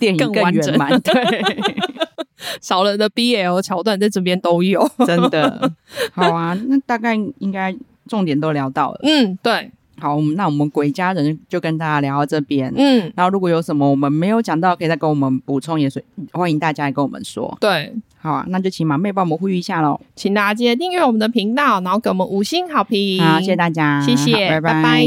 S1: 电影
S2: 更完整
S1: 圆满。 对，
S2: 少了的 BL 桥段在这边都有。
S1: 真的 好啊。那大概应该重点都聊到了。
S2: 嗯，对，
S1: 好，我们那我们鬼家人就跟大家聊到这边。
S2: 嗯
S1: 然后如果有什么我们没有讲到，可以再跟我们补充，也是欢迎大家来跟我们说。
S2: 对，
S1: 好啊，那就请马妹帮我们呼吁一下喽。
S2: 请大家记得订阅我们的频道，然后给我们五星好评。
S1: 好，谢谢大家，
S2: 谢谢，
S1: 好拜
S2: 拜